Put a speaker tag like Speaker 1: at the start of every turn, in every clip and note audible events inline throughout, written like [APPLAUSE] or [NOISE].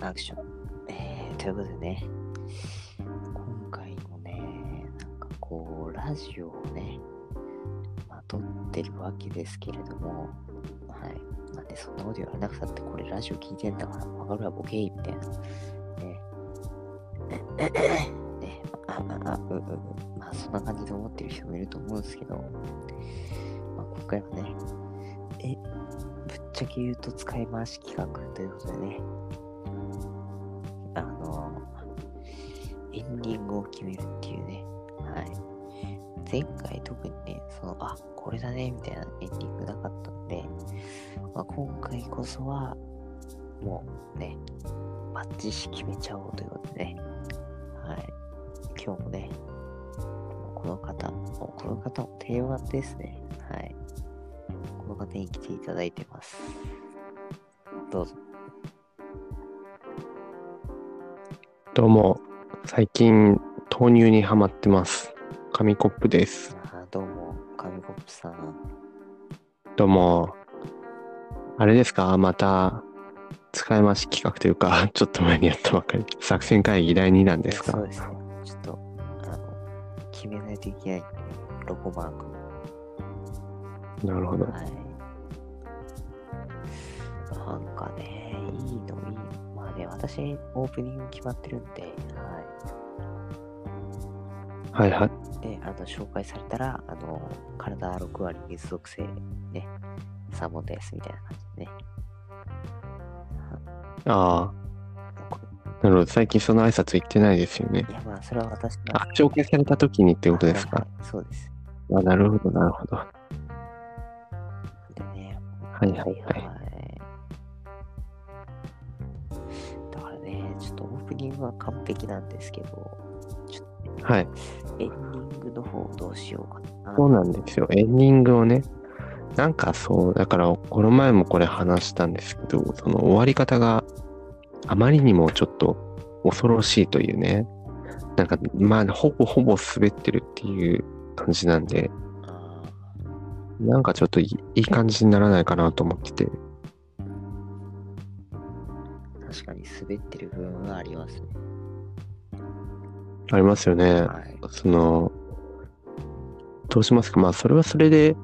Speaker 1: アクション。えー、ということでね、今回もね、なんかこう、ラジオをね、まあ、撮ってるわけですけれども、はい。なんで、そんなこと言われなくたって、これラジオ聞いてんだから、わかるわ、ボケーみたいな。ね、ね、あ、あ、あ、う、う、う、まあ、そんな感じで思ってる人もいると思うんですけど、まあ、今回はね、え、ぶっちゃけ言うと使い回し企画ということでね、あの、エンディングを決めるっていうね、はい。前回特にね、その、あ、これだね、みたいなエンディングなかったんで、まあ、今回こそは、もうね、バッチシ決めちゃおうということでね、はい。今日もね、もうこの方、もうこの方も定番ですね、はい。この方に来ていただいてます。どうぞ。
Speaker 2: どうも、最近豆乳にハマってます。紙コップです。
Speaker 1: あーどうも、紙コップさん。
Speaker 2: どうも、あれですかまた、使い回し企画というか、 [LAUGHS] ちょっと前にやったばっかり、作戦会議第2弾です
Speaker 1: そ
Speaker 2: か
Speaker 1: うですね。ちょっと、あの、決めないといけないんで、ロゴマークも。
Speaker 2: なるほど。
Speaker 1: はい。なんかね、いいの、いいの。まあね、私、オープニング決まってるんで、は
Speaker 2: はいはい。
Speaker 1: い。で、あの、紹介されたら、あの、体6割水属性、ね、サーモンです、みたいな感じでね。
Speaker 2: ああ、なるほど。最近その挨拶言ってないですよね
Speaker 1: い。や、まあ、それは私の。
Speaker 2: あ、紹介された時にってことです
Speaker 1: は
Speaker 2: か
Speaker 1: いはいそうです。
Speaker 2: あ、なるほど、なるほど。は
Speaker 1: でね、
Speaker 2: いはいはい。
Speaker 1: だからね、ちょっとオープニングは完璧なんですけど、
Speaker 2: はい。
Speaker 1: エンディングの方をどうしようかな。
Speaker 2: そうなんですよ。エンディングをね、なんかそう、だから、この前もこれ話したんですけど、その終わり方があまりにもちょっと恐ろしいというね、なんか、まあ、ほぼほぼ滑ってるっていう感じなんで、
Speaker 1: あ
Speaker 2: なんかちょっといいいい感じにならないかなと思ってて、
Speaker 1: ー確かに滑ってる部分はありますね。
Speaker 2: ありますよね。
Speaker 1: はい。
Speaker 2: その、どうしますかまあ、それはそれで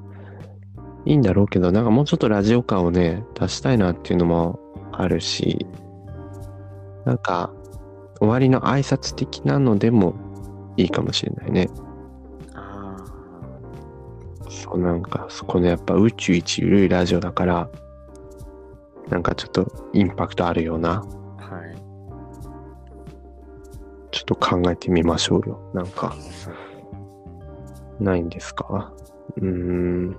Speaker 2: いいんだろうけど、なんかもうちょっとラジオ感をね、出したいなっていうのもあるし、なんか、終わりの挨拶的なのでもいいかもしれないね。
Speaker 1: あ
Speaker 2: そう、なんか、そこのやっぱ宇宙一ゆるいラジオだから、なんかちょっとインパクトあるような、
Speaker 1: あ、はい。
Speaker 2: ちょっと考えてみましょうよ。なんか、
Speaker 1: そう
Speaker 2: ないんですかうーん。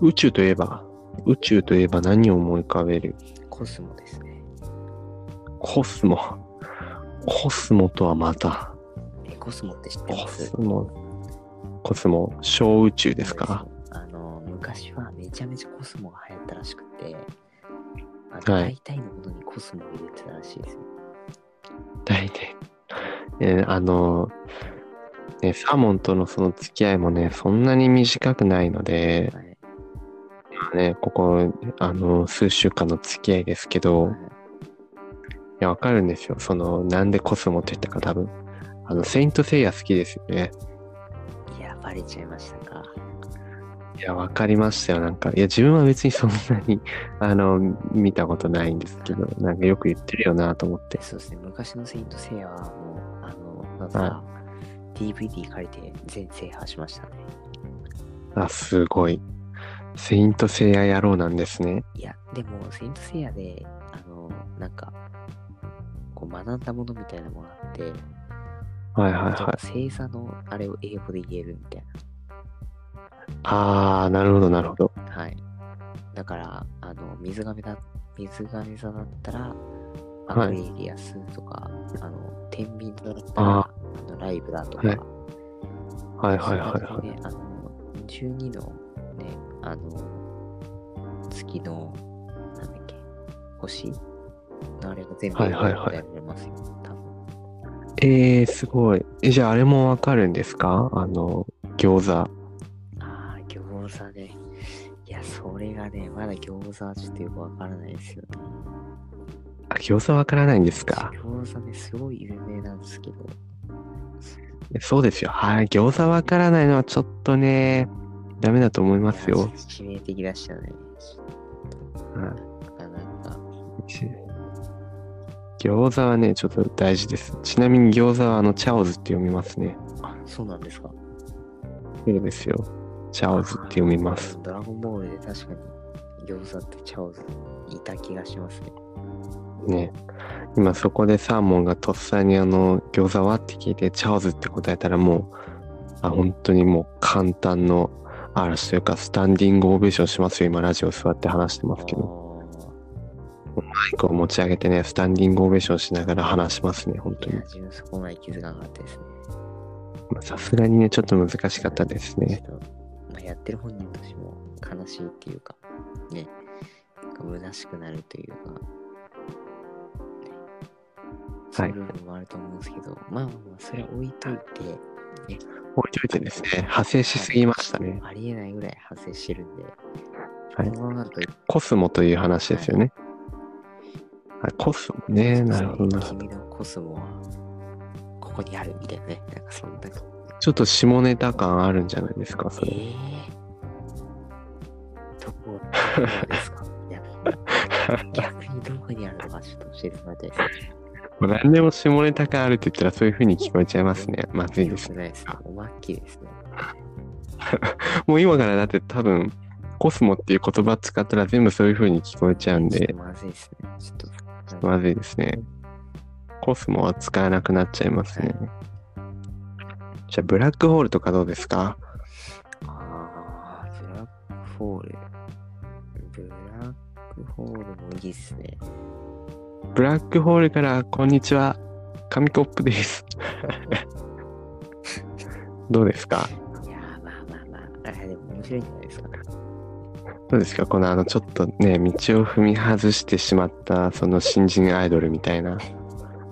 Speaker 2: 宇宙といえば、宇宙といえば何を思い浮かべる
Speaker 1: コスモですね。
Speaker 2: コスモ。コスモとはまた、
Speaker 1: え、コスモって知ってま
Speaker 2: コ
Speaker 1: す
Speaker 2: スモ、コスモ、小宇宙です
Speaker 1: そ
Speaker 2: か
Speaker 1: うですあの、昔はめちゃめちゃコスモが流行ったらしくて、あの、
Speaker 2: はい
Speaker 1: 大体のことにコスモを入れてたらしいですよ。
Speaker 2: 大体。えーあの、ね、サーモンとのその付き合いもね、そんなに短くないので、
Speaker 1: はい。
Speaker 2: ね、ここ、あの、数週間の付き合いですけど、
Speaker 1: はい
Speaker 2: いや、わかるんですよ。その、なんでコスモって言ったか多分。あの、セイントセイヤ好きですよね。
Speaker 1: いや、バレちゃいましたか。
Speaker 2: いや、わかりましたよ。なんか、いや、自分は別にそんなに、 [LAUGHS] あの、見たことないんですけど、なんかよく言ってるよなと思って。
Speaker 1: そうですね、昔のセイントセイヤはもう、あの、なんか、DVD 借りて全制覇しましたね。
Speaker 2: あ、すごい。セイントセイヤ野郎なんですね。
Speaker 1: いや、でも、セイントセイヤで、あの、なんか、こう学んだものみたいなものがあって、
Speaker 2: はいはいはい。
Speaker 1: 星座のあれを英語で言えるみたい
Speaker 2: あー、なるほどなるほど。
Speaker 1: な。はい。だから、あの、水亀だ、水亀座だったら、
Speaker 2: はい
Speaker 1: アクエリアスとか、あの、天秤座だったら、
Speaker 2: あ
Speaker 1: あのライブだと
Speaker 2: は
Speaker 1: か
Speaker 2: い、はい
Speaker 1: そ
Speaker 2: は
Speaker 1: う
Speaker 2: いはい
Speaker 1: な
Speaker 2: は
Speaker 1: ん
Speaker 2: い。
Speaker 1: ですね、あの、12のね、あの、月の、なんだっけ、星のあれが全部
Speaker 2: はいはいはい
Speaker 1: やられますよ、多分。
Speaker 2: えー、すごい。え、じゃああれもわかるんですかあの、餃子。
Speaker 1: ああ、餃子ね。いや、それがね、まだ餃子はちょっとよくわからないですよね。
Speaker 2: あ、餃子わからないんですか。
Speaker 1: 餃子ね、すごい有名なんですけど、
Speaker 2: そうですよ。はい。餃子わからないのはちょっとね、ダメだと思います
Speaker 1: いや
Speaker 2: よ。
Speaker 1: 致命的だしたね。なかなか、
Speaker 2: 餃子はね、ちょっと大事です。ちなみに餃子はあの、チャオズって読みますね。
Speaker 1: あ、そうなんですか。
Speaker 2: そうですよ。チャオズって読みます。。
Speaker 1: ドラゴンボールで確かに、餃子ってチャオズいた気がしますね。
Speaker 2: ね。今そこでサーモンがとっさにあの、餃子はって聞いて、チャオズって答えたらもう、あ、本当にもう簡単の嵐というか、スタンディングオベーションしますよ。今ラジオ座って話してますけど。マイクを持ち上げてね、スタンディングオベーションしながら話しますね、本
Speaker 1: あ
Speaker 2: 当
Speaker 1: ーい
Speaker 2: に
Speaker 1: や、。自分そこまで気づかなかったですね。
Speaker 2: まあさすがにね、ちょっと難しかったですね。
Speaker 1: ちょっとまあ、やってる本人としても悲しいっていうか、ね、なんか虚しくなるというか、ねそういう部分もあると思うんですけど、まあまあまあ、それは置いといて、
Speaker 2: 置いといてですね、派生しすぎましたね。
Speaker 1: ありえないぐらい発生してるんで、
Speaker 2: はい
Speaker 1: このままだと、
Speaker 2: コスモという話ですよね。あコスモね、なるほどな。
Speaker 1: 君のコスモはここにあるみたいなね、なんかそんな、
Speaker 2: ちょっと下ネタ感あるんじゃないですか、そ
Speaker 1: え
Speaker 2: れ。
Speaker 1: ー、どこどこですか [LAUGHS] い
Speaker 2: [LAUGHS]
Speaker 1: や逆にどこにあるのかちょっと教えてもらいたいですね。
Speaker 2: もう何でも下ネタ感あるって言ったらそういう風に聞こえちゃいますね。まずいです
Speaker 1: よく
Speaker 2: ね。
Speaker 1: ないですね。おまっきりですね。
Speaker 2: もう今からだって多分、コスモっていう言葉使ったら全部そういう風に聞こえちゃうん
Speaker 1: ちょっ
Speaker 2: で
Speaker 1: と、まずいですね。ちょっと、
Speaker 2: まずいですね。コスモは使えなくなっちゃいますね。じゃあ、ブラックホールとかどうですか
Speaker 1: ああ、ブラックホール。ブラックホールもいいですね。
Speaker 2: ブラックホールから、こんにちは。紙コップです。どうですか
Speaker 1: いやー、まあまあまあ、あれでも面白いんじゃないですか。
Speaker 2: どうですかこのあの、ちょっとね、道を踏み外してしまった、その新人アイドルみたいな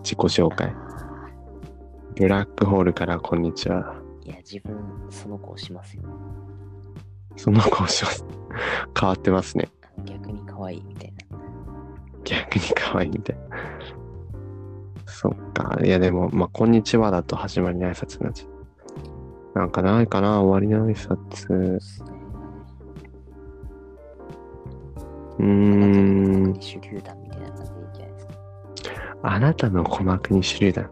Speaker 2: 自己紹介。
Speaker 1: あ
Speaker 2: ブラックホールから、こんにちは。
Speaker 1: ーいや、自分、その子をしますよ。
Speaker 2: その子をします。変わってますね。
Speaker 1: あの逆に可愛いみたいな。
Speaker 2: 逆に可愛いみたいな。そっか。いやでも、まあ、こんにちはだと始まりの挨拶になっちゃう。なんかないかな終わりの挨拶。
Speaker 1: ですね。
Speaker 2: うー。
Speaker 1: うなんんか手榴弾みたいな感じでいいんじゃないですか。
Speaker 2: あなたの鼓膜に手榴弾。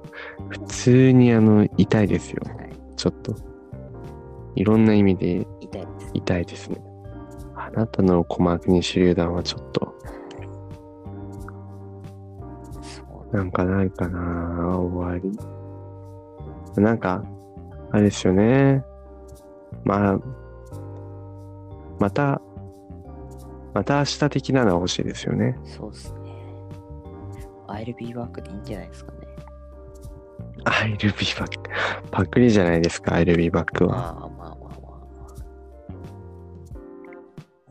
Speaker 2: 普通にあの、痛いですよ。
Speaker 1: はい。
Speaker 2: ちょっと。いろんな意味で
Speaker 1: 痛いです。
Speaker 2: 痛いですね。あなたの鼓膜に手榴弾はちょっと、
Speaker 1: そう
Speaker 2: なんかないかな終わり。なんか、あれですよね。まあ、また、また明日的なのは欲しいですよね。
Speaker 1: そうですね。I'll be back でいいんじゃないですかね。
Speaker 2: I'll be back. パクリじゃないですか、I'll be back は。
Speaker 1: まあまあまあま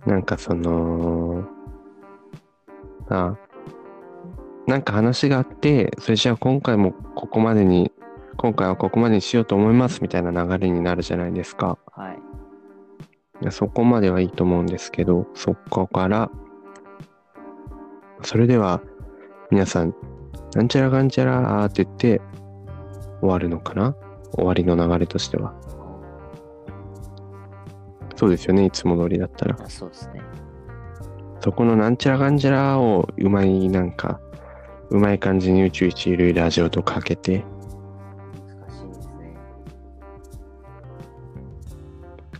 Speaker 1: あ。
Speaker 2: なんかその、あ、なんか話があって、それじゃあ今回もここまでに、今回はここまでにしようと思いますみたいな流れになるじゃないですか。
Speaker 1: はい。
Speaker 2: いやそこまではいいと思うんですけど、そこから、それでは、皆さん、なんちゃらかんちゃらーって言って、終わるのかな終わりの流れとしては。そうですよね、いつも通りだったら。
Speaker 1: あそうですね。
Speaker 2: そこのなんちゃらかんちゃらをうまい、なんか、うまい感じに宇宙一流ラジオとかけて、
Speaker 1: 難しいですね。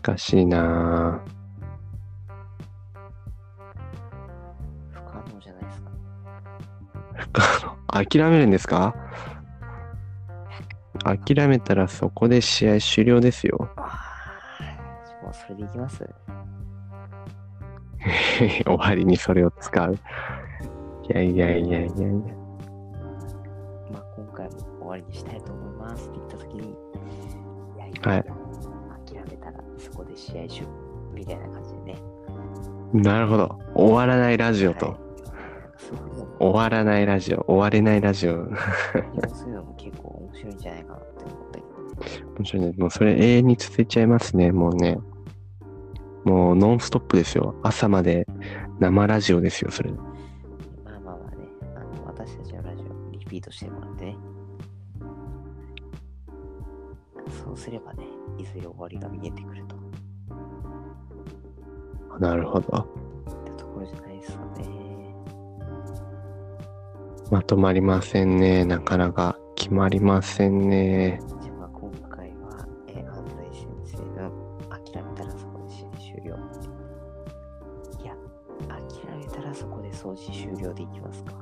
Speaker 2: 難しいなぁ。
Speaker 1: 不可能じゃないですか。
Speaker 2: 諦めるんですか諦めたらそこで試合終了ですよ。 [LAUGHS]
Speaker 1: ああ、もうそれでいきます
Speaker 2: 終わりにそれを使う。いやいやいやいやいや。
Speaker 1: まあ今回も終わりにしたいと思いますって言ったときに、いやい
Speaker 2: は
Speaker 1: やい
Speaker 2: い
Speaker 1: や、諦めたらそこで試合終みたいな感じでね。
Speaker 2: なるほど。終わらないラジオと。
Speaker 1: はいそういうのも
Speaker 2: 終わらないラジオ。終われないラジオ。
Speaker 1: そういうのも結構面白いんじゃないかなって思って。
Speaker 2: 面白いね。もうそれ永遠に続いちゃいますね。もうね。もうノンストップですよ。朝まで生ラジオですよ、それ。
Speaker 1: まあまあまあね、あの私リートしてもらってね。そうすればね、いずれ終わりが見えてくると。
Speaker 2: なるほど。
Speaker 1: ってところじゃないですかね。
Speaker 2: まとまりませんね。なかなか決まりませんね。
Speaker 1: じゃあまあ今回は、えー、安西先生の諦めたらそこで試合終了。いや、諦めたらそこで掃除終了でいきますか。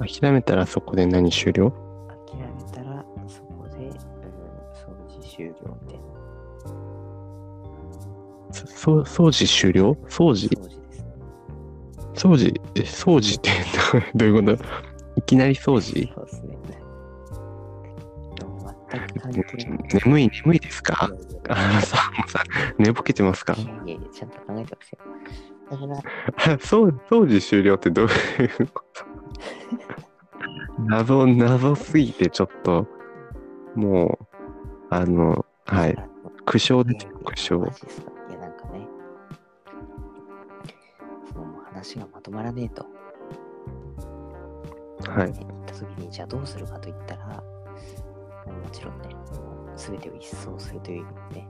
Speaker 2: 諦めたらそこで何終了
Speaker 1: 諦めたらそこで、うん、掃除終了みたいな。
Speaker 2: そ掃除終了掃除
Speaker 1: 掃除ですね。
Speaker 2: 掃除え掃除って [LAUGHS] どういうこといきなり掃除
Speaker 1: そうですね。でも全く関係ない。
Speaker 2: 眠い眠いですかあのさ、もうさ、寝ぼけてますか
Speaker 1: いやいやいや、ちゃんと考えてますよ。だから、
Speaker 2: あ [LAUGHS] そう掃除終了ってどういうこと [LAUGHS] 謎、謎すぎてちょっと、もう、あの、はい、
Speaker 1: あの
Speaker 2: 苦笑
Speaker 1: い
Speaker 2: で
Speaker 1: や
Speaker 2: す
Speaker 1: いや
Speaker 2: 苦笑
Speaker 1: マ。ジですかいや、なんかね、そのもう話がまとまらねえと、
Speaker 2: はい
Speaker 1: ね、言った時に、じゃあどうするかと言ったら、もちろんね、すべてを一掃するという意味でね、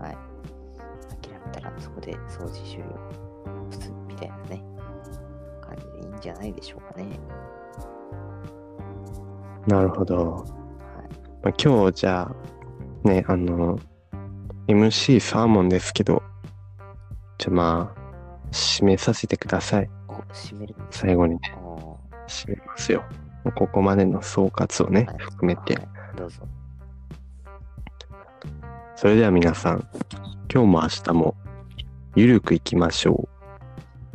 Speaker 1: はい。諦めたらそこで掃除終了、普通みたいなね、感じでいいんじゃないでしょうかね。
Speaker 2: なるほど。
Speaker 1: はい。
Speaker 2: まあ、今日じゃあ、ね、あの、MC サーモンですけど、じゃあまあ、締めさせてください。
Speaker 1: お、閉めるんです
Speaker 2: 最後にね、
Speaker 1: かおー
Speaker 2: 締めますよ。ここまでの総括をね
Speaker 1: はい、
Speaker 2: 含めて
Speaker 1: は。いどうぞ。
Speaker 2: それでは皆さん、今日も明日も、ゆるくいきましょ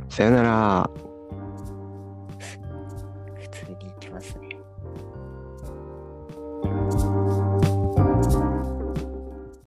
Speaker 2: う。さよなら。
Speaker 1: 普通に行きますね。